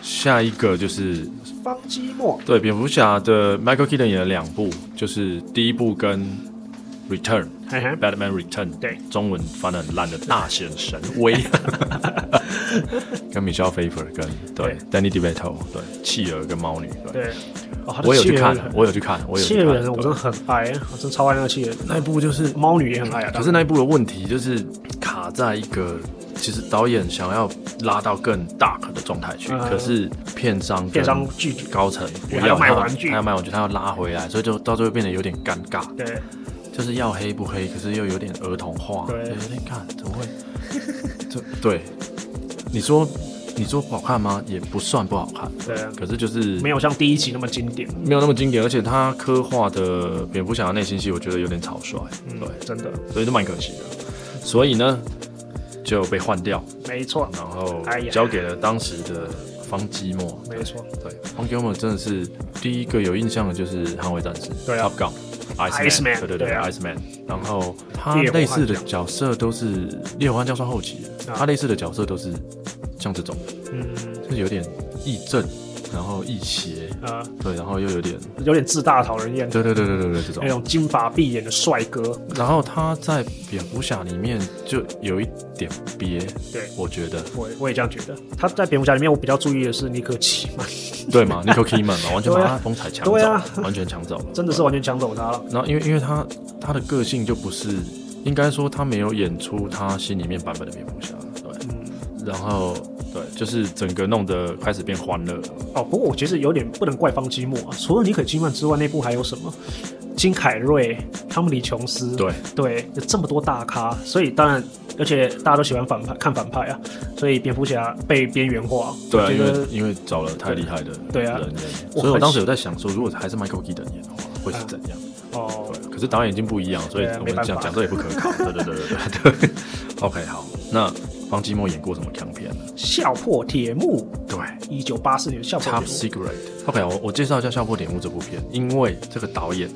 下一个就是方基墨，对蝙蝠侠的 Michael Keaton 演了两部，就是第一部跟 Return 嘿嘿 Batman Return，对，中文翻的很烂的大显神威，跟 Michelle Pfeiffer 跟对 Danny DeVito 对企鹅跟猫女，对，对，哦，他的我有去企鹅看人，我有去看，我有企去鹅看，人，我对真的很爱，我真的超爱那个企鹅人。那一部就是猫女也很爱啊，可是那一部的问题就是卡在一个，其实导演想要拉到更 dark 的状态去，嗯可是片商跟片商拒绝高层因为不他要卖他玩具他要卖玩具，他要拉回来，所以就到最后变得有点尴尬，对，就是要黑不黑，可是又有点儿童化，对有点看怎么会？ 这对，你说你说不好看吗？也不算不好看，对啊可是就是没有像第一集那么经典，没有那么经典，而且他刻画的蝙蝠侠的内心戏，我觉得有点草率，嗯对。，真的，所以就蛮可惜的。所以呢，就被换掉，没错，然后哎呀交给了当时的方基莫。没错对，方基莫真的是第一个有印象的就是《捍卫战士》对啊 Top Gun。 Iceman，对对对啊 i c e Man。然后他烈火类似悍的将角色都是烈火悍将算后期的，啊他类似的角色都是像这种，嗯就是有点亦正，然后亦邪，呃，对，然后又有点，有点自大讨人厌，对对对对对对，这种那。种金发碧眼的帅哥，然后他在蝙蝠侠里面就有一点憋，对我觉得，我我也这样觉得。他在蝙蝠侠里面，我比较注意的是尼克奇 嘛，对嘛，Nicole Kidman 嘛，完全把对啊他风采抢走，对啊完全抢走了。真的是完全抢走他了。然后因为因为他他的个性就不是，应该说他没有演出他心里面版本的蝙蝠侠，对。嗯，然后对，就是整个弄得开始变欢乐了。哦，不过我其实有点不能怪方基莫啊，除了尼可基曼之外，那部还有什么？金凯瑞、汤姆·李·琼斯，对对，有这么多大咖，所以当然，而且大家都喜欢反派，看反派啊，所以蝙蝠侠被边缘化，对、啊，我因觉得为因为找了太厉害的人，对啊我所以我很当时有在想说，如果还是 Michael Keaton 演的话，会是怎样？哦，对，可是导演已经不一样，所以对啊我没们办讲法讲这也不可靠。对对对对对对。OK，好，那方基莫演过什么强片呢？笑破铁幕，对。一九八四年的笑破 Top 铁 Secret。OK，我我介绍一下《笑破点屋》这部片，因为这个导演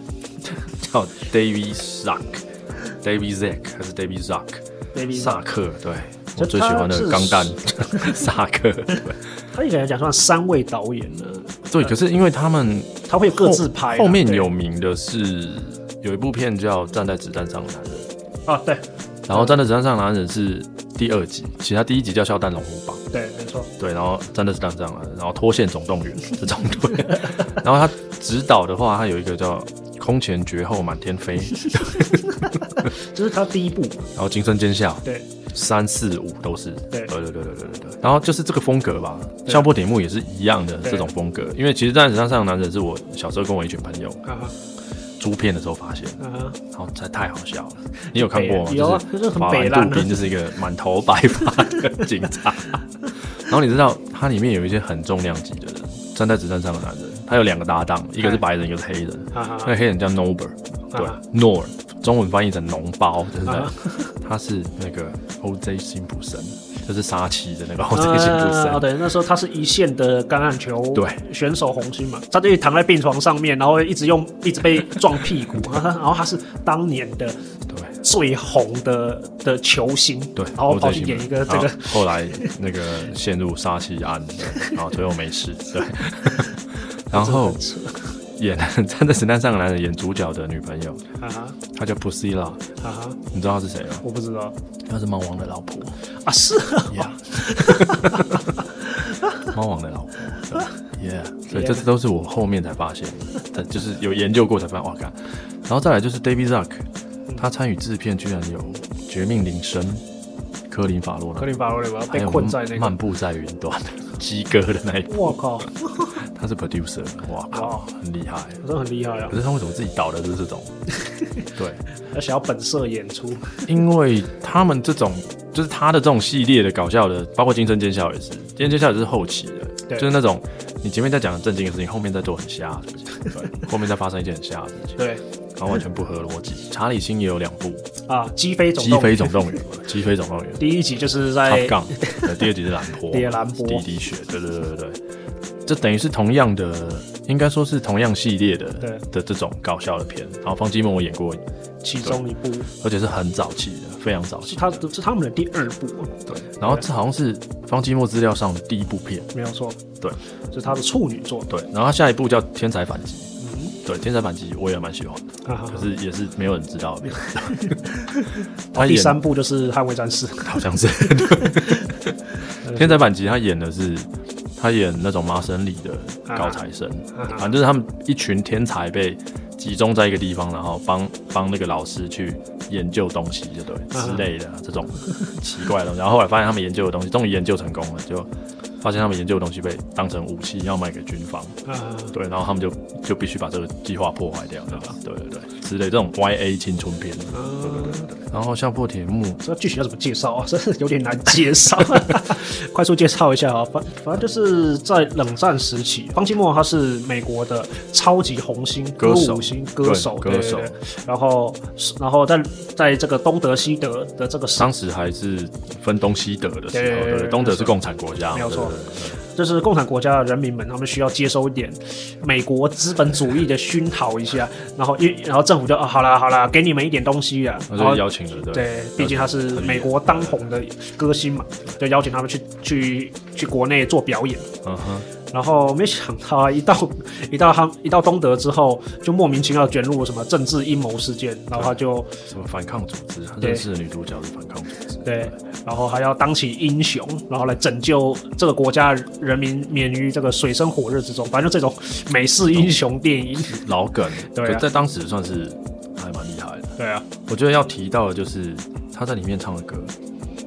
叫 David Zack，David Zack 还是 David Zack？幕，David 萨克，对这我最喜欢他的是钢弹萨克。对他一个人讲算三位导演呢，对，可是因为他们他会 各自拍啊后后面对有名的是有一部片叫《站在子弹上的男人》，啊，对然后《站在子弹上的男人》是第二集，其他第一集叫《笑弹龙虎榜》。对，没错，对，然后站在是当这样了，然后脱线总动员这种对， 然后他指导的话，他有一个叫“空前绝后满天飞”，这是他第一部，然后惊声尖笑，对三四五都是，对对对对对对对对，然后就是这个风格吧，笑破点幕也是一样的对这种风格，因为其实站在上上的男人是我小时候跟我一群朋友啊哈租片的时候发现，啊哈，然后才哦太好笑了，你有看过吗？北有啊就就是是很法北兰烂啊杜宾就是一个满头白发的警察， 然后你知道它里面有一些很重量级的人，站在子弹上的男人，他有两个搭档，一个是白人，一个是黑人，啊那哈，黑人叫 Nober，对啊，Nor，中文翻译成脓包，真的啊，他是那个 O.J. 辛普森，就是杀妻的那个 O.J. 辛普啊，森，对，那时候他是一线的橄榄球对选手红星嘛，他就躺在病床上面，然后一直用一直被撞屁股，然后他然后他是当年的对。最红的的球星，对，然后跑去 O.J. 演一个辛普这森，啊个然后后来那个陷入杀妻案，对然后最后没事，对，然后真的很扯演站在神坛上的男人演主角的女朋友，啊哈她叫 Priscilla，啊哈，你知道她是谁吗？我不知道她是猫王的老婆啊，是啊，Yeah，猫王的老婆对，Yeah，所以 Yeah 这次都是我后面才发现，但就是有研究过才发现，哇，看，然后再来就是 David Zuck，他参与制片居然有《绝命铃声》、科林法洛克纳，林法罗雷吧，还被有困在那个漫，步在云端，鸡哥的那一部，我靠，他是 producer，哇靠，很厉害。真的很厉害啊可，是他为什么自己导的就是这 种？对，而且要本色演出，因为他们这种就是他的这种系列的搞笑的，包括《惊声尖笑》也是，《惊声尖笑》也是后期的，对就是那种你前面在讲很正经的事情，后面在做很瞎的 事情，对，后面再发生一件很瞎的事情，对然后完全不合逻辑。查理辛也有两部，啊，击飞《总击动飞员总动员》嘛，《击飞总动员》第一集就是在，Top Gun，对第二集是兰坡， 跌兰波滴滴血，对对对对对，这等于是同样的，应该说是同样系列的对的这种搞笑的片。然后方基梦我演过其中一部，而且是很早期的，非常早期是。他的是他们的第二部啊，对，然后这好像是方基莫资料上的第一部片，没有错，对，是他的处女作，对，然后他下一部叫《天才反击》，嗯，对，《天才反击》我也蛮喜欢的，哈啊哈可哈。是也是没有人知道的片。然 他后哦第演三部就是《捍卫战士》，好像是 天才反击，他演的是他演那种麻省里的高材生，啊反正就是他们一群天才被集中在一个地方，然后帮帮那个老师去研究东西，就对啊之类的这种奇怪的东西。然后后来发现他们研究的东西，终于研究成功了，就发现他们研究的东西被当成武器要卖给军方，啊，对，然后他们就就必须把这个计划破坏掉，对吧？对对对，之类这种 Y A 青春片。对对对对，然后像破铁幕，这具体要怎么介绍啊？ 真是有点难介绍， 快速介绍一下啊。反反正就是在冷战时期，方季莫他是美国的超级红星歌手舞星歌手，对对歌手对对然后然后在在这个东德西德的这个时当时还是分东西德的时对候，对对对，东德是共产国家嘛，没有对错对对就是共产国家的人民们，他们需要接收一点美国资本主义的熏陶一下，然后一然后政府就啊，好啦好啦，给你们一点东西啊，那然就后邀请了，对，毕竟他是很厉害美国当红的歌星嘛，就邀请他们去去去国内做表演。嗯哼，然后没想到啊，一到一到他一到东德之后，就莫名其妙卷入什么政治阴谋事件，然后他就什么反抗组织，他对认识的女主角是反抗组织，对，然后还要当起英雄，然后来拯救这个国家人民免于这个水深火热之中。反正就这种美式英雄 电影，老梗，对啊可在当时算是还蛮厉害的。对啊，我觉得要提到的就是他在里面唱的歌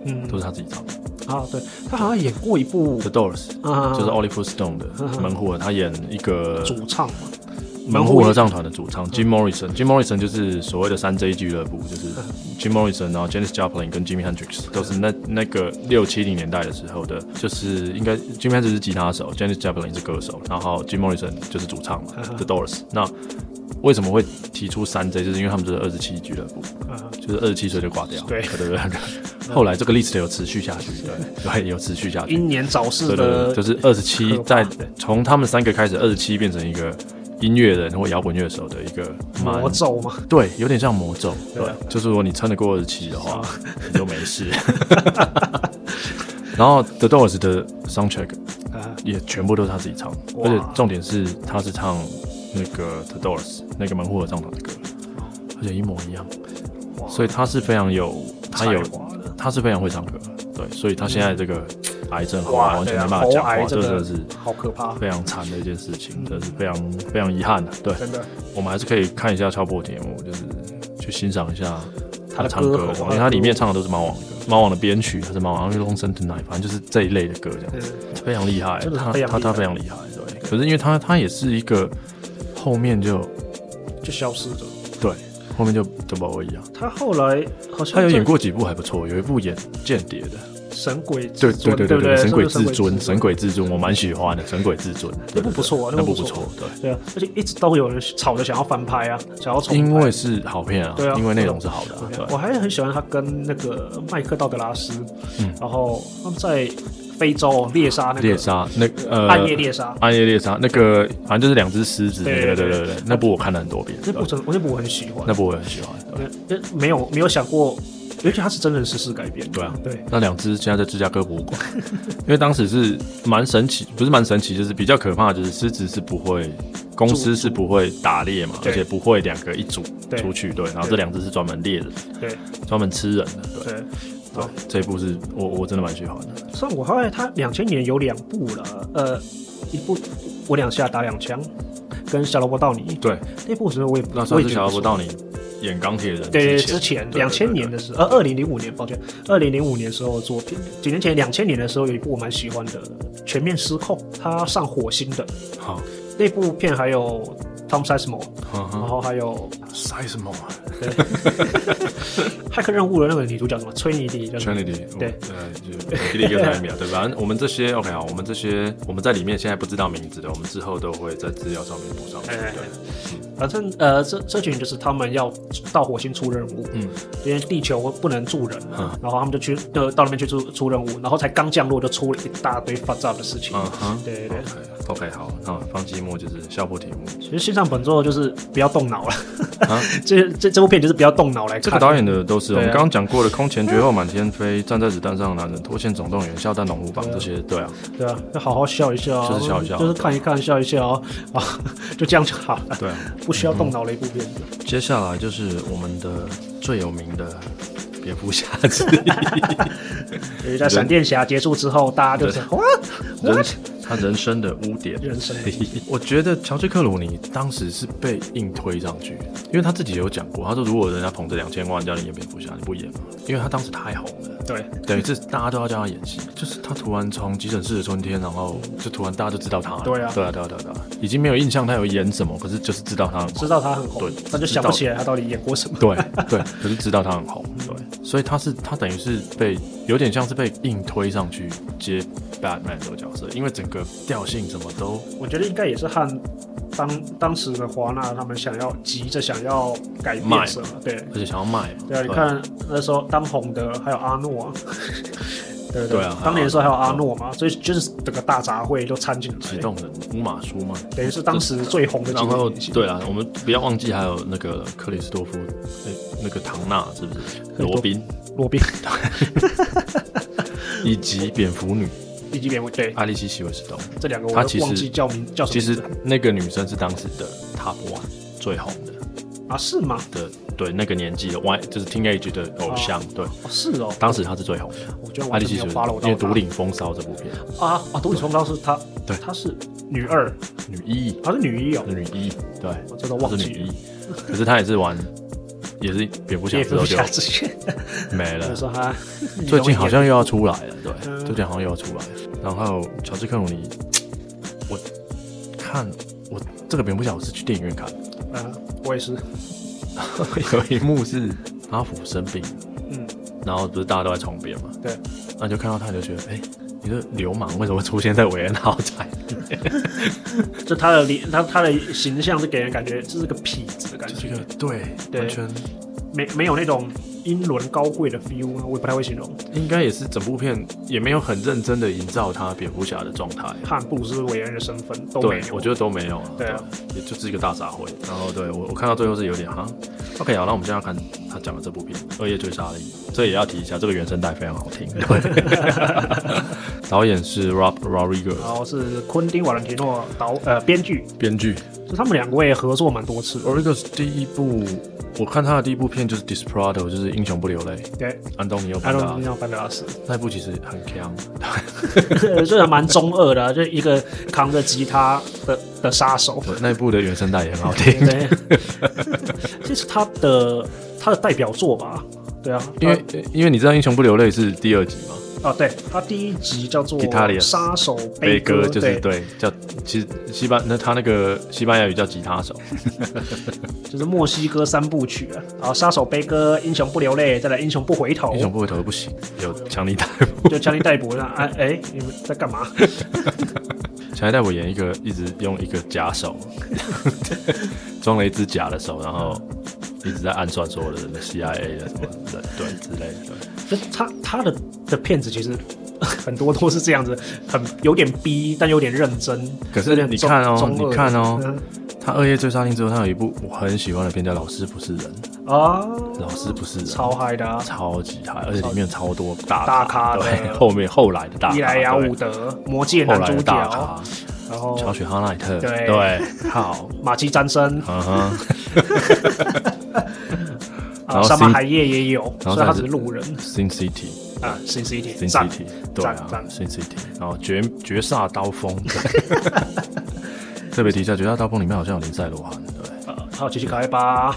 嗯，都是他自己唱的啊，对，他好像演过一部，The Doors。啊，就是 Oliver Stone 的门户，他演一个主唱嘛，门户合唱团的主唱 Jim Morrison。Jim Morrison 就是所谓的三 J 俱乐部，就是 Jim Morrison，然后 Janis Joplin 跟 Jimi Hendrix 都是那那个六七零年代的时候的，就是应该 Jimi Hendrix 是吉他手，Janis Joplin 是歌手，然后 Jim Morrison 就是主唱嘛，The Doors。那为什么会提出三 J？就是因为他们就是二十七俱乐部，啊，就是二十七岁就挂掉，对对对 对。后来这个历史有持续下去，对对，有持续下去。英年早逝对对对，的，就是二十七可，怕在从他们三个开始，二十七变成一个音乐人或摇滚乐手的一个蛮魔咒嘛，对，有点像魔咒，对对啊，就是如果你撑得过二十七的话，你就没事。 然后 The Doors 的 soundtrack 啊，也全部都是他自己唱，而哇且重点是他是唱那个 The Doors 那个门户合唱团的歌，而且一模一样，哦哇所以他是非常有，他有才华的他是非常会唱歌，对，所以他现在这个癌症喉哇完全对啊没办法喉讲话，癌这这真个的是好可怕，非常惨的一件事情，这是非常非常遗憾的。对，真的，我们还是可以看一下超破节目，就是去欣赏一下他的唱歌歌的喉东西，因为它他的里歌面唱的都是猫王的歌，猫王的编曲还是猫王《Long s e n t Night》，反正就是这一类的歌这样。嗯。非常厉害，真的是他非常厉他害他非常厉害，对。可是因为他他也是一个后面就就消失了。对后面就就不会一样。他后来好像啊他有演过几部还不错，有一部演间谍的， 《神鬼至对尊》，对对对对不对，神鬼是不是至尊，神神鬼鬼至尊，我蛮喜欢的，神鬼至尊，对那部不错对啊对那部那部不不错错，对，对啊，而且一直都有人吵着想要翻拍啊，想要重拍因为是好片啊对啊，因为内容是好的啊，对，我还很喜欢他跟那个麦克道格拉斯，然后他们在非洲猎杀那个嗯猎杀那呃暗夜猎杀。暗夜猎杀那个，反正就是两只狮子，对对对对对对对，那部我看了很多遍，那部对真的，我那部我很喜欢呃那。部我也很喜欢，对那那没有没有想过，尤其他是真人实事改编。对啊对，那两只现在在芝加哥博物馆， 因为当时是蛮神奇，不是蛮神奇，就是比较可怕，就是狮子是不会，公狮是不会打猎嘛，而对且不会两个一组对出去，对，然后这两只是专门猎人，对专门吃人的，对，对对。这一部是我我真的蛮喜欢的，虽然我后来他两千年有两部了，呃，一部《我两下打两枪》跟小萝卜道尼，对，那部时候我也那我算也是觉小萝得不卜错到你演钢铁人对对，之之前对两千对年对的时候，呃，二零零五年，抱歉，二零零五年时候的作品，几年前两千年的时候有一部我蛮喜欢的《全面失控》，他上火星的好，那部片，还有 Tom Sizemore，嗯然哼，后还有塞什么啊《骇客任务》的那个女主角什么崔妮蒂，叫什么？Trinity，我对呃，就第一个台秒，对，反正我们这些 OK 好，我们这些我们在里面现在不知道名字的，我们之后都会在资料上面补上去，哎对。反正呃，这这群就是他们要到火星出任务，嗯，因为地球不能住人嘛，嗯然后他们就去呃到那边去出出任务，然后才刚降落就出了一大堆 fuck up 的事情，嗯哼，对对对 OK，OK，好，那方寂寞就是笑破题目，其实线上本作就是不要动脑了，这这这部片就是比较动脑来啊这看。个导演的都是我对啊们刚刚讲过的《空前绝后》《满天飞》《站在子弹上的男人》《脱线总动员》《笑弹龙虎榜》这些，对啊，对啊，要好好笑一笑啊，就是笑一笑就是看一看笑一笑啊，啊，就这样就好了，对啊。不需要动脑的一部片子。接下来就是我们的最有名的蝙蝠侠之 一，所以在闪电侠结束之后，大家就是哇，人他人生的污点。人生 我觉得乔治克鲁尼当时是被硬推上去，因为他自己有讲过，他说如果人家捧着两千万叫你演蝙蝠侠，你不演吗？因为他当时太红了。对等于是大家都要叫他演戏，就是他突然从《急诊室的春天》，然后就突然大家就知道他了。对啊对啊，对啊，对啊，对啊已经没有印象他有演什么，可是就是知道他很红。知道他很红对，但就想不起来他到底演过什么。对对，可是知道他很红，对，所以他是他等于是被有点像是被硬推上去接 Batman 这个角色，因为整个调性什么都我觉得应该也是和当当时的华纳他们想要急着想要改变卖什么，对而且想要卖呃嘛。对啊，你看那时候当红的还有阿诺啊。 对不对啊还有当年的时候还有阿诺嘛，所以就是整个大杂烩都掺进启来，动人乌马书嘛。等于是当时最红的几然个后明星。对啊，我们不要忘记还有那个克里斯多夫，哎，那个唐纳是不是多罗宾，罗宾 以及蝙蝠女以及蝙蝠，对艾丽西·希维斯东。这两个我啊他都其实忘记叫名叫什么其名字实那个女生是当时的 Top One 最红的啊是吗？的，对那个年纪的 Y 就是 Teenage 的偶像，对，哦是哦，当时她是最红的。我觉得艾完丽全西·没有史 follow 到因为《他独领风骚》这部片，啊啊，独领风骚是她，对她是女二，女一，她是女一哦是，女一，对，我真的她忘是记女了一，可是她也是玩，也是蝙蝠侠之蝙蝠后就侠之前，没就了 是。说她嗯最近好像又要出来了，对，嗯最近好像又要出来了。然后乔治·克鲁尼，我看我这个蝙蝠侠我是去电影院看的，啊，我也是，有一幕是阿福生病了。嗯，然后不是大家都在床边嘛，对，那就看到他你就觉得，哎、你这流氓为什么出现在韦恩豪宅？就她的脸，她她的形象是给人感觉这是个痞子的感这觉，个对，对完全没没有那种英伦高贵的 feel 啊，我也不太会形容。应该也是整部片也没有很认真的营造他蝙蝠侠的状态。啊汉布斯韦恩的身份都没对，有，我觉得都没有了，对啊也就是一个大杂烩。然后对我我看到最后是有点哈，OK 好，那我们现在要看他讲的这部片《恶夜追杀令》，这也要提一下，这个原声带非常 好听。对，导演是 Rob Rodriguez，然后是昆汀·瓦伦提诺导呃编剧，编剧就他们两位合作蛮多次的。 Origos 第一部，我看他的第一部片就是《Desperado》，就是《英雄不流泪》，对，安东尼奥·艾班达伦·班德拉斯，那一部其实很强， 这还蛮中二的啊、就一个扛着吉他的的杀手。对那一部的原声带也很好听，对， 这是他的他的代表作吧？对啊，因为因为你知道《英雄不流泪》是第二集嘛，啊，对他第一集叫做 Guitarist 杀手啊悲歌歌》，就是对，对叫其实西班那他那个西班牙语叫吉他手，哦就是墨西哥三部曲啊，啊，杀手悲歌、英雄不流泪，再来英雄不回头英，雄不回头不行，有强尼戴普， 就强力逮捕那哎哎，你们在干嘛？ 强尼戴普演一个一直用一个假手， 装了一只假的手，然后一直在暗算所有的人的 CIA 的什么人对之类的。对就他他的的片子其实很多都是这样子，很有点逼，但有点认真。可是有点你中看哦中二你看哦嗯他《二夜追杀令》之后，他有一部我很喜欢的片叫《老师不是人》，啊，老师不是人，超嗨的啊！超级嗨，而且里面超多大大咖的对， 后面后来的大咖，伊莱雅啊对伍德、魔戒后男来主的大角，咖，然后乔雪哈奈特，哦对对，好，马基詹森，嗯哼，啊，然后沙马 Sin- 海夜也有，然后虽然他再只是路人 Sin City。啊。Sin City， Sin 赞 City，对啊赞，Sin City，然后绝绝煞刀锋， 对特别提一下，绝煞刀锋里面好像有林赛罗韩，对呃还有杰西卡艾巴、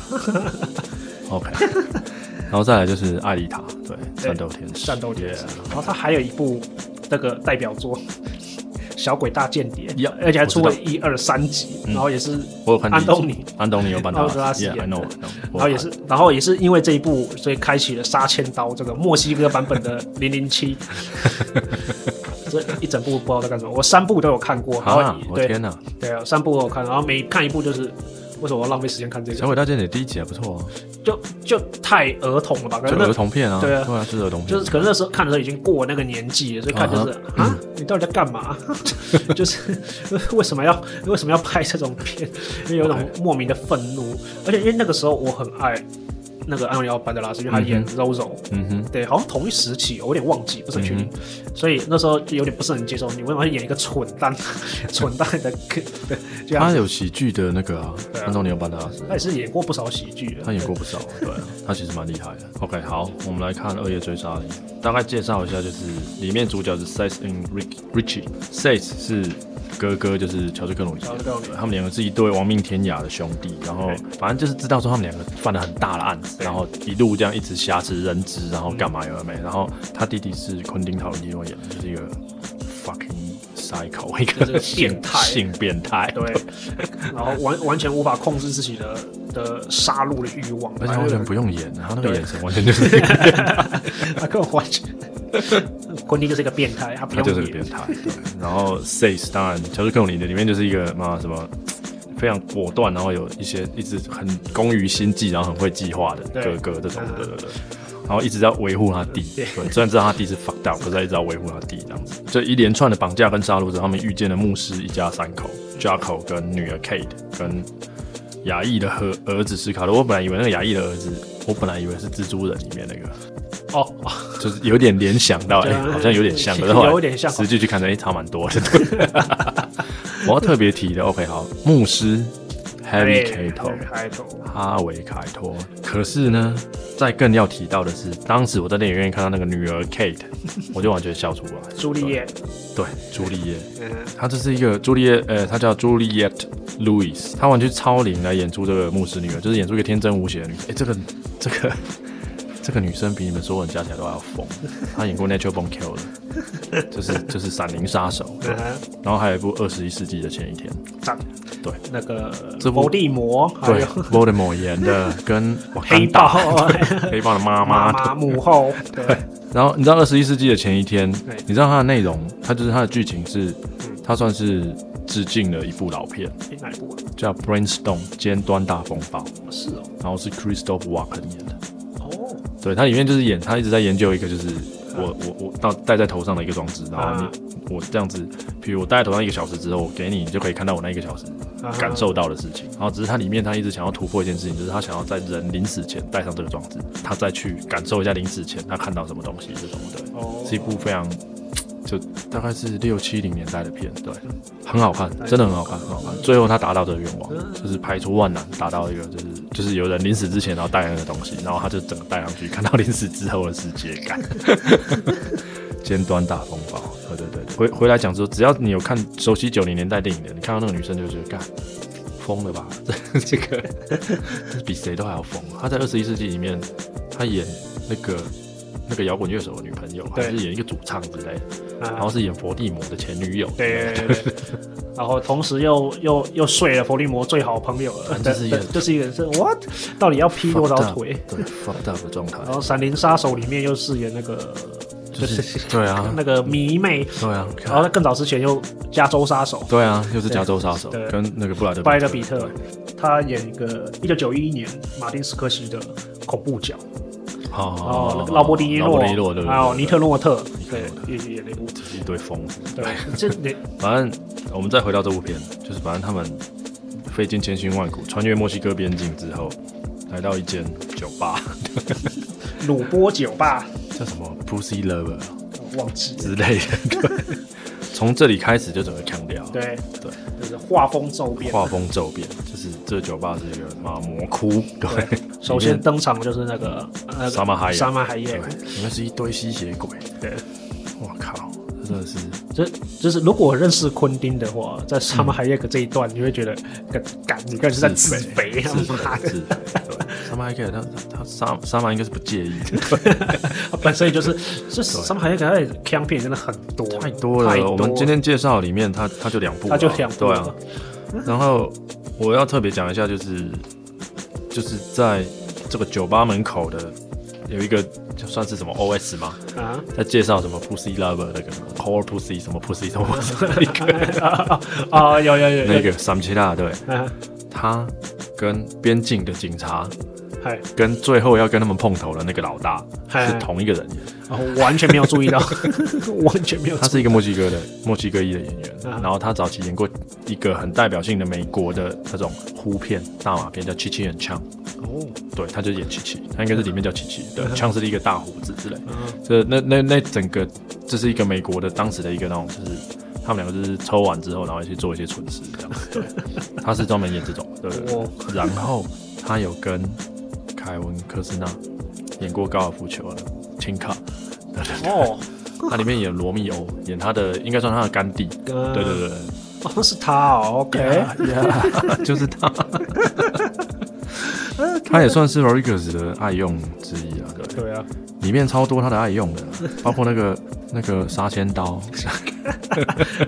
，OK，然后再来就是艾丽塔，对，战斗天使，战斗天使 Yeah，然后他还有一部那个代表作《小鬼大间谍》 Yeah，，而且还出我了知嗯一二三集，然后也是我有看第一安集东尼，哦安东尼有版奥德拉斯 y e a 演 h I 的 know，I know，我有看然后也是，然后也是因为这一部，所以开启了《杀千刀》这个墨西哥版本的《零 零七》，这一整部不知道在干什么。我三部都有看过，然后啊，哦也我对天哪，对啊，三部都有看，然后每看一部就是为什么要浪费时间看这小个？鬼大间谍第一集还不错啊，就就太儿童了吧？可就儿能那童片啊，对啊啊，是儿童片，就是可能那时候看的时候已经过那个年纪了，所以看就是啊，你到底在干嘛？ 就是为什么要为什么要拍这种片？因为有一种莫名的愤怒，而且因为那个时候我很爱那个安东尼奥班德拉斯，因为他演嗯 Roro，、嗯哼，对，好像同一时期，我有点忘记，不是很确嗯定。所以那时候就有点不是很接受，你为什么要演一个蠢蛋、 蠢蛋的对这样他子？有喜剧的那个啊，对啊安东尼奥·班德拉斯，他也是演过不少喜剧的，他演过不少，对啊，他其实蛮厉害的。OK，好，我们来看《恶夜追杀令》，大概介绍一下，就是里面主角是 Seth and Rick Richie，Seth 是哥哥，就是乔治·克鲁尼乔治克鲁尼对他们两个是一对亡命天涯的兄弟，然后反正就是知道说他们两个犯了很大的案子，对然后一路这样一直挟持人质，然后干嘛有的没，然后他弟弟是昆汀·塔伦蒂诺演的，就是一个 fucking psycho，一就是个个变态性性变态，对，然后完完全无法控制自己的的杀戮的欲望，而且完全不用演，啊他那个对眼神完全就是一个他根本完 全，昆汀就是一个变态，他不他就是用个变演，态。对然后 Says 当然，乔治克鲁尼的里面就是一个嘛什么非常果断，然后有一些一直很工于心计，然后很会计划的对哥哥这种，嗯对对对。然后一直在维护他弟，对对，虽然知道他弟是 fucked up，可是他一直要维护他弟这样子。这一连串的绑架跟杀戮之后，他们遇见了牧师一家三口，Jaco 跟女儿 Kate 跟亚裔的儿儿子斯卡罗。我本来以为那个亚裔的儿子，我本来以为是蜘蛛人里面那个，哦，就是有点联想到，哎、对啊好像有点像，可 有是后来点像实际去看着，哎、差蛮多的。 我要特别提的，OK，好，牧师 Harry E k a t o 开 E 头，哈维凯托。可是呢，在更要提到的是，当时我在电影院看到那个女儿 Kate，我就完全笑出来。朱丽叶，对，朱丽叶，嗯，她这是一个朱丽叶，呃，她叫 Juliet Louis，她完全超龄来演出这个牧师女儿，就是演出一个天真无邪的女。哎、这个这个 这个女生比你们所有人加起来都还要疯。她演过《Natural Born Killer》，就是就是《闪灵杀手》对，嗯然后还有一部《二十一世纪的前一天》，长对那个这部伏地魔，还对有，Voldemort 演的 跟瓦哎黑干豹达， 黑豹的妈妈。妈妈 母后，对，然后你知道二十一世纪的前一天对，嗯你知道它的内容，它就是它的剧情是，它算是致敬了一部老片，诶哪一部啊？叫《Brainstorm 尖端大风暴》，是哦，然后是 Christopher Walken 演的。哦，对，它里面就是演他一直在研究一个就是我我我到戴在头上的一个装置，然后你我这样子，比如我戴在头上一个小时之后，我给你，你就可以看到我那一个小时啊感受到的事情。然后只是它里面他一直想要突破一件事情，就是他想要在人临死前戴上这个装置，他再去感受一下临死前他看到什么东西这种的。哦是一部非常就大概是六七零年代的片，对，很好看，真的很好看，很好看。最后他达到这个愿望，就是排除万难，达到一个就是就是有人临死之前然后带那个东西，然后他就整个带上去，看到临死之后的世界感。 尖端大风暴，对对对，回回来讲说，只要你有看熟悉九零年代电影的，你看到那个女生就觉得干疯了吧， 这这个比谁都还要疯。她在二十一世纪里面，她演那个那个摇滚乐手的女朋友，还对是演一个主唱之类的，啊然后是演伏地魔的前女友，对 对对对，然后同时又又又睡了伏地魔最好朋友了，啊这是一个对 对这是一个这 what 到底要劈 fucked 多少 up，腿？哦对 fucked up 的状态然，后《闪灵杀手》里面又饰演那个就是对啊，那个迷妹，对啊，然后在更早之前又《加州杀手》对啊，又是加州杀手对跟那个布莱德布莱德比对特，他演一个一九九一年马丁斯科西的恐怖角，好好然好后好那个哦劳勃迪尼哦劳洛，哦勃迪尼洛对，对还有尼特，诺特尼，特对诺，也也演那部，对对一堆疯子，对，这你反正我们再回到这部片，就是反正他们费尽千辛万苦穿越墨西哥边境之后，来到一间酒吧， 鲁波酒吧叫什么 Pussy Lover 忘记了，之类的。对， 从这里开始就整个腔调，对，对，就是画风骤变。画风骤变，就是这酒吧是一个嘛魔窟，对，对，首先登场的就是那个呃，沙马海耶沙马海耶对，，里面是一堆吸血鬼，对，我靠，这真的是就就是如果认识昆汀的话，在沙马海耶克这一段，你会觉得，感感你个人是在自肥，卑，他嗯自妈肥，的，自 肥，对，沙妈应该他他沙沙妈应该是不介 意的。他本身就是，就是沙马海耶克他的枪片真的很多，太多了。太多我们今天介绍里面，它它就两部了，他就两部对啊了。然后我要特别讲一下，就是就是在这个酒吧门口的有一个就算是什么 OS 吗？啊。 在介绍什么 Pussy Lover 那个什么 Core Pussy 什么 Pussy 什么 Pussy 那个啊啊啊啊！有有有那个 Samchila 对，啊他跟边境的警察，嗨，跟最后要跟他们碰头的那个老大嗨是同一个人，哦我完全没有注意到， 完全没有他注是一个墨西哥的墨西哥裔的演员，啊然后他早期演过一个很代表性的美国的那种呼片大马片叫《七七很枪》，哦，对，他就演七七，他应该是里面叫七七， 对，枪是一个大胡子之类的。嗯这那那那整个这是一个美国的当时的一个那种，就是他们两个就是抽完之后，然后去做一些蠢事这样。 对，他是专门演这种，对对哇对。然后他有跟凯文科斯纳演过高尔夫球的青卡，对对对，哦，他里面演罗密欧，演他的应该算他的干弟。对对对对对哦是他哦，OK， ，yeah, 就是 他。他也算是 Rodriguez 的爱用之一啊，对。对啊，里面超多他的爱用 的，包括那个那个杀千刀，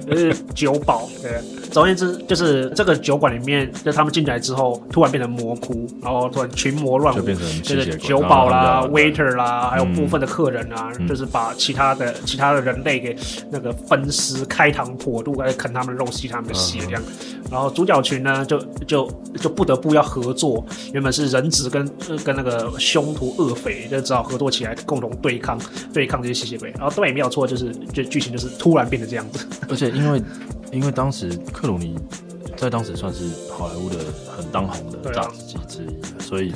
就是酒保，对。总而言之，就是这个酒馆里面，就他们进来之后，突然变成魔窟，然后突然群魔乱舞，就变成吸就血鬼是酒保然啦后他、们嗯就 waiter 啦，还有嗯部分的客人啊，就是把其他的其他的人类给那个分尸、开膛破肚，来啃他们的肉、吸他们的血这样。嗯然后主角群呢，就就就不得不要合作，原本是人质跟、呃跟那个凶徒恶匪，就只好合作起来共同对抗对抗这些吸血鬼。然后对，没有错，就是就剧情就是突然变成这样子。 而且因为因为当时克鲁尼在当时算是好莱坞的很当红的对啊炸子鸡之一，所以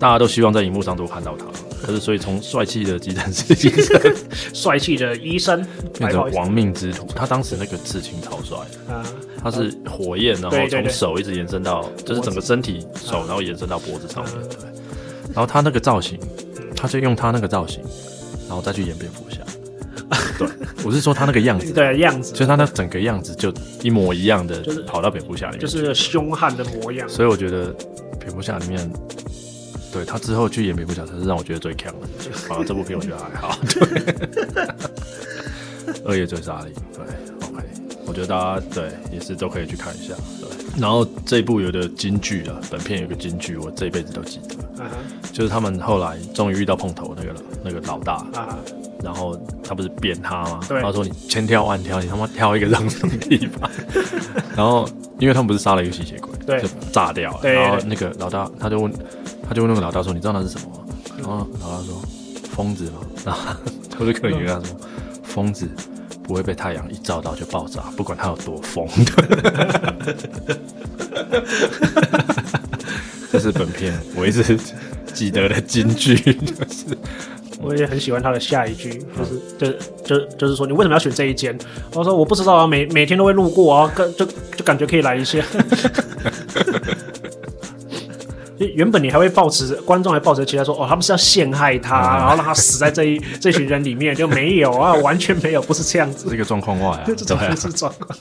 大家都希望在荧幕上多看到他。可是所以从帅气的鸡蛋式精神帅气的医生，变 白袍成医生亡命之徒，他当时那个刺青超帅的，啊，他是火焰，然后对对从对手一直延伸到，就是整个身体手，然后延伸到脖子上面。嗯对，然后他那个造型，他就用他那个造型，然后再去演蝙蝠侠。对， 我是说他那个样子，对样子就，是他那整个样子就一模一样的就是跑到蝙蝠侠里面就去。是凶悍的模样。所以我觉得蝙蝠侠里面，对他之后去演蝙蝠侠才是让我觉得最强的。反而这部片我觉得还好，对，恶夜追杀令，对，OK，我觉得大家对也是都可以去看一下，对。然后这一部有的金句啊，本片有个金句，我这一辈子都记得，啊就是他们后来终于遇到碰头那个那个老大，哈啊然后他不是扁他吗？对他说你千挑万挑，你他妈挑一个让什么地 方？然后因为他们不是杀了一个吸血鬼，对就炸掉了。对对然后对那个老大他就问，他就问那个老大说，你知道那是什么吗？然后老大说，疯子嘛。 然后他就可能跟他说，疯子不会被太阳一照到就爆炸，不管他有多疯。 这是本片我一直记得的金 句，就是我也很喜欢他的下一句，就是就是就是就是说你为什么要选这一间？我说我不知道啊，每每天都会路过啊，跟就就感觉可以来一些。就 原本你还会抱持观众还抱持期待说，哦，他们是要陷害他，嗯然后让他死在这一这 群人里面，就没有啊，完全没有，不是这样子，这个状况外啊，这种对啊不是状况。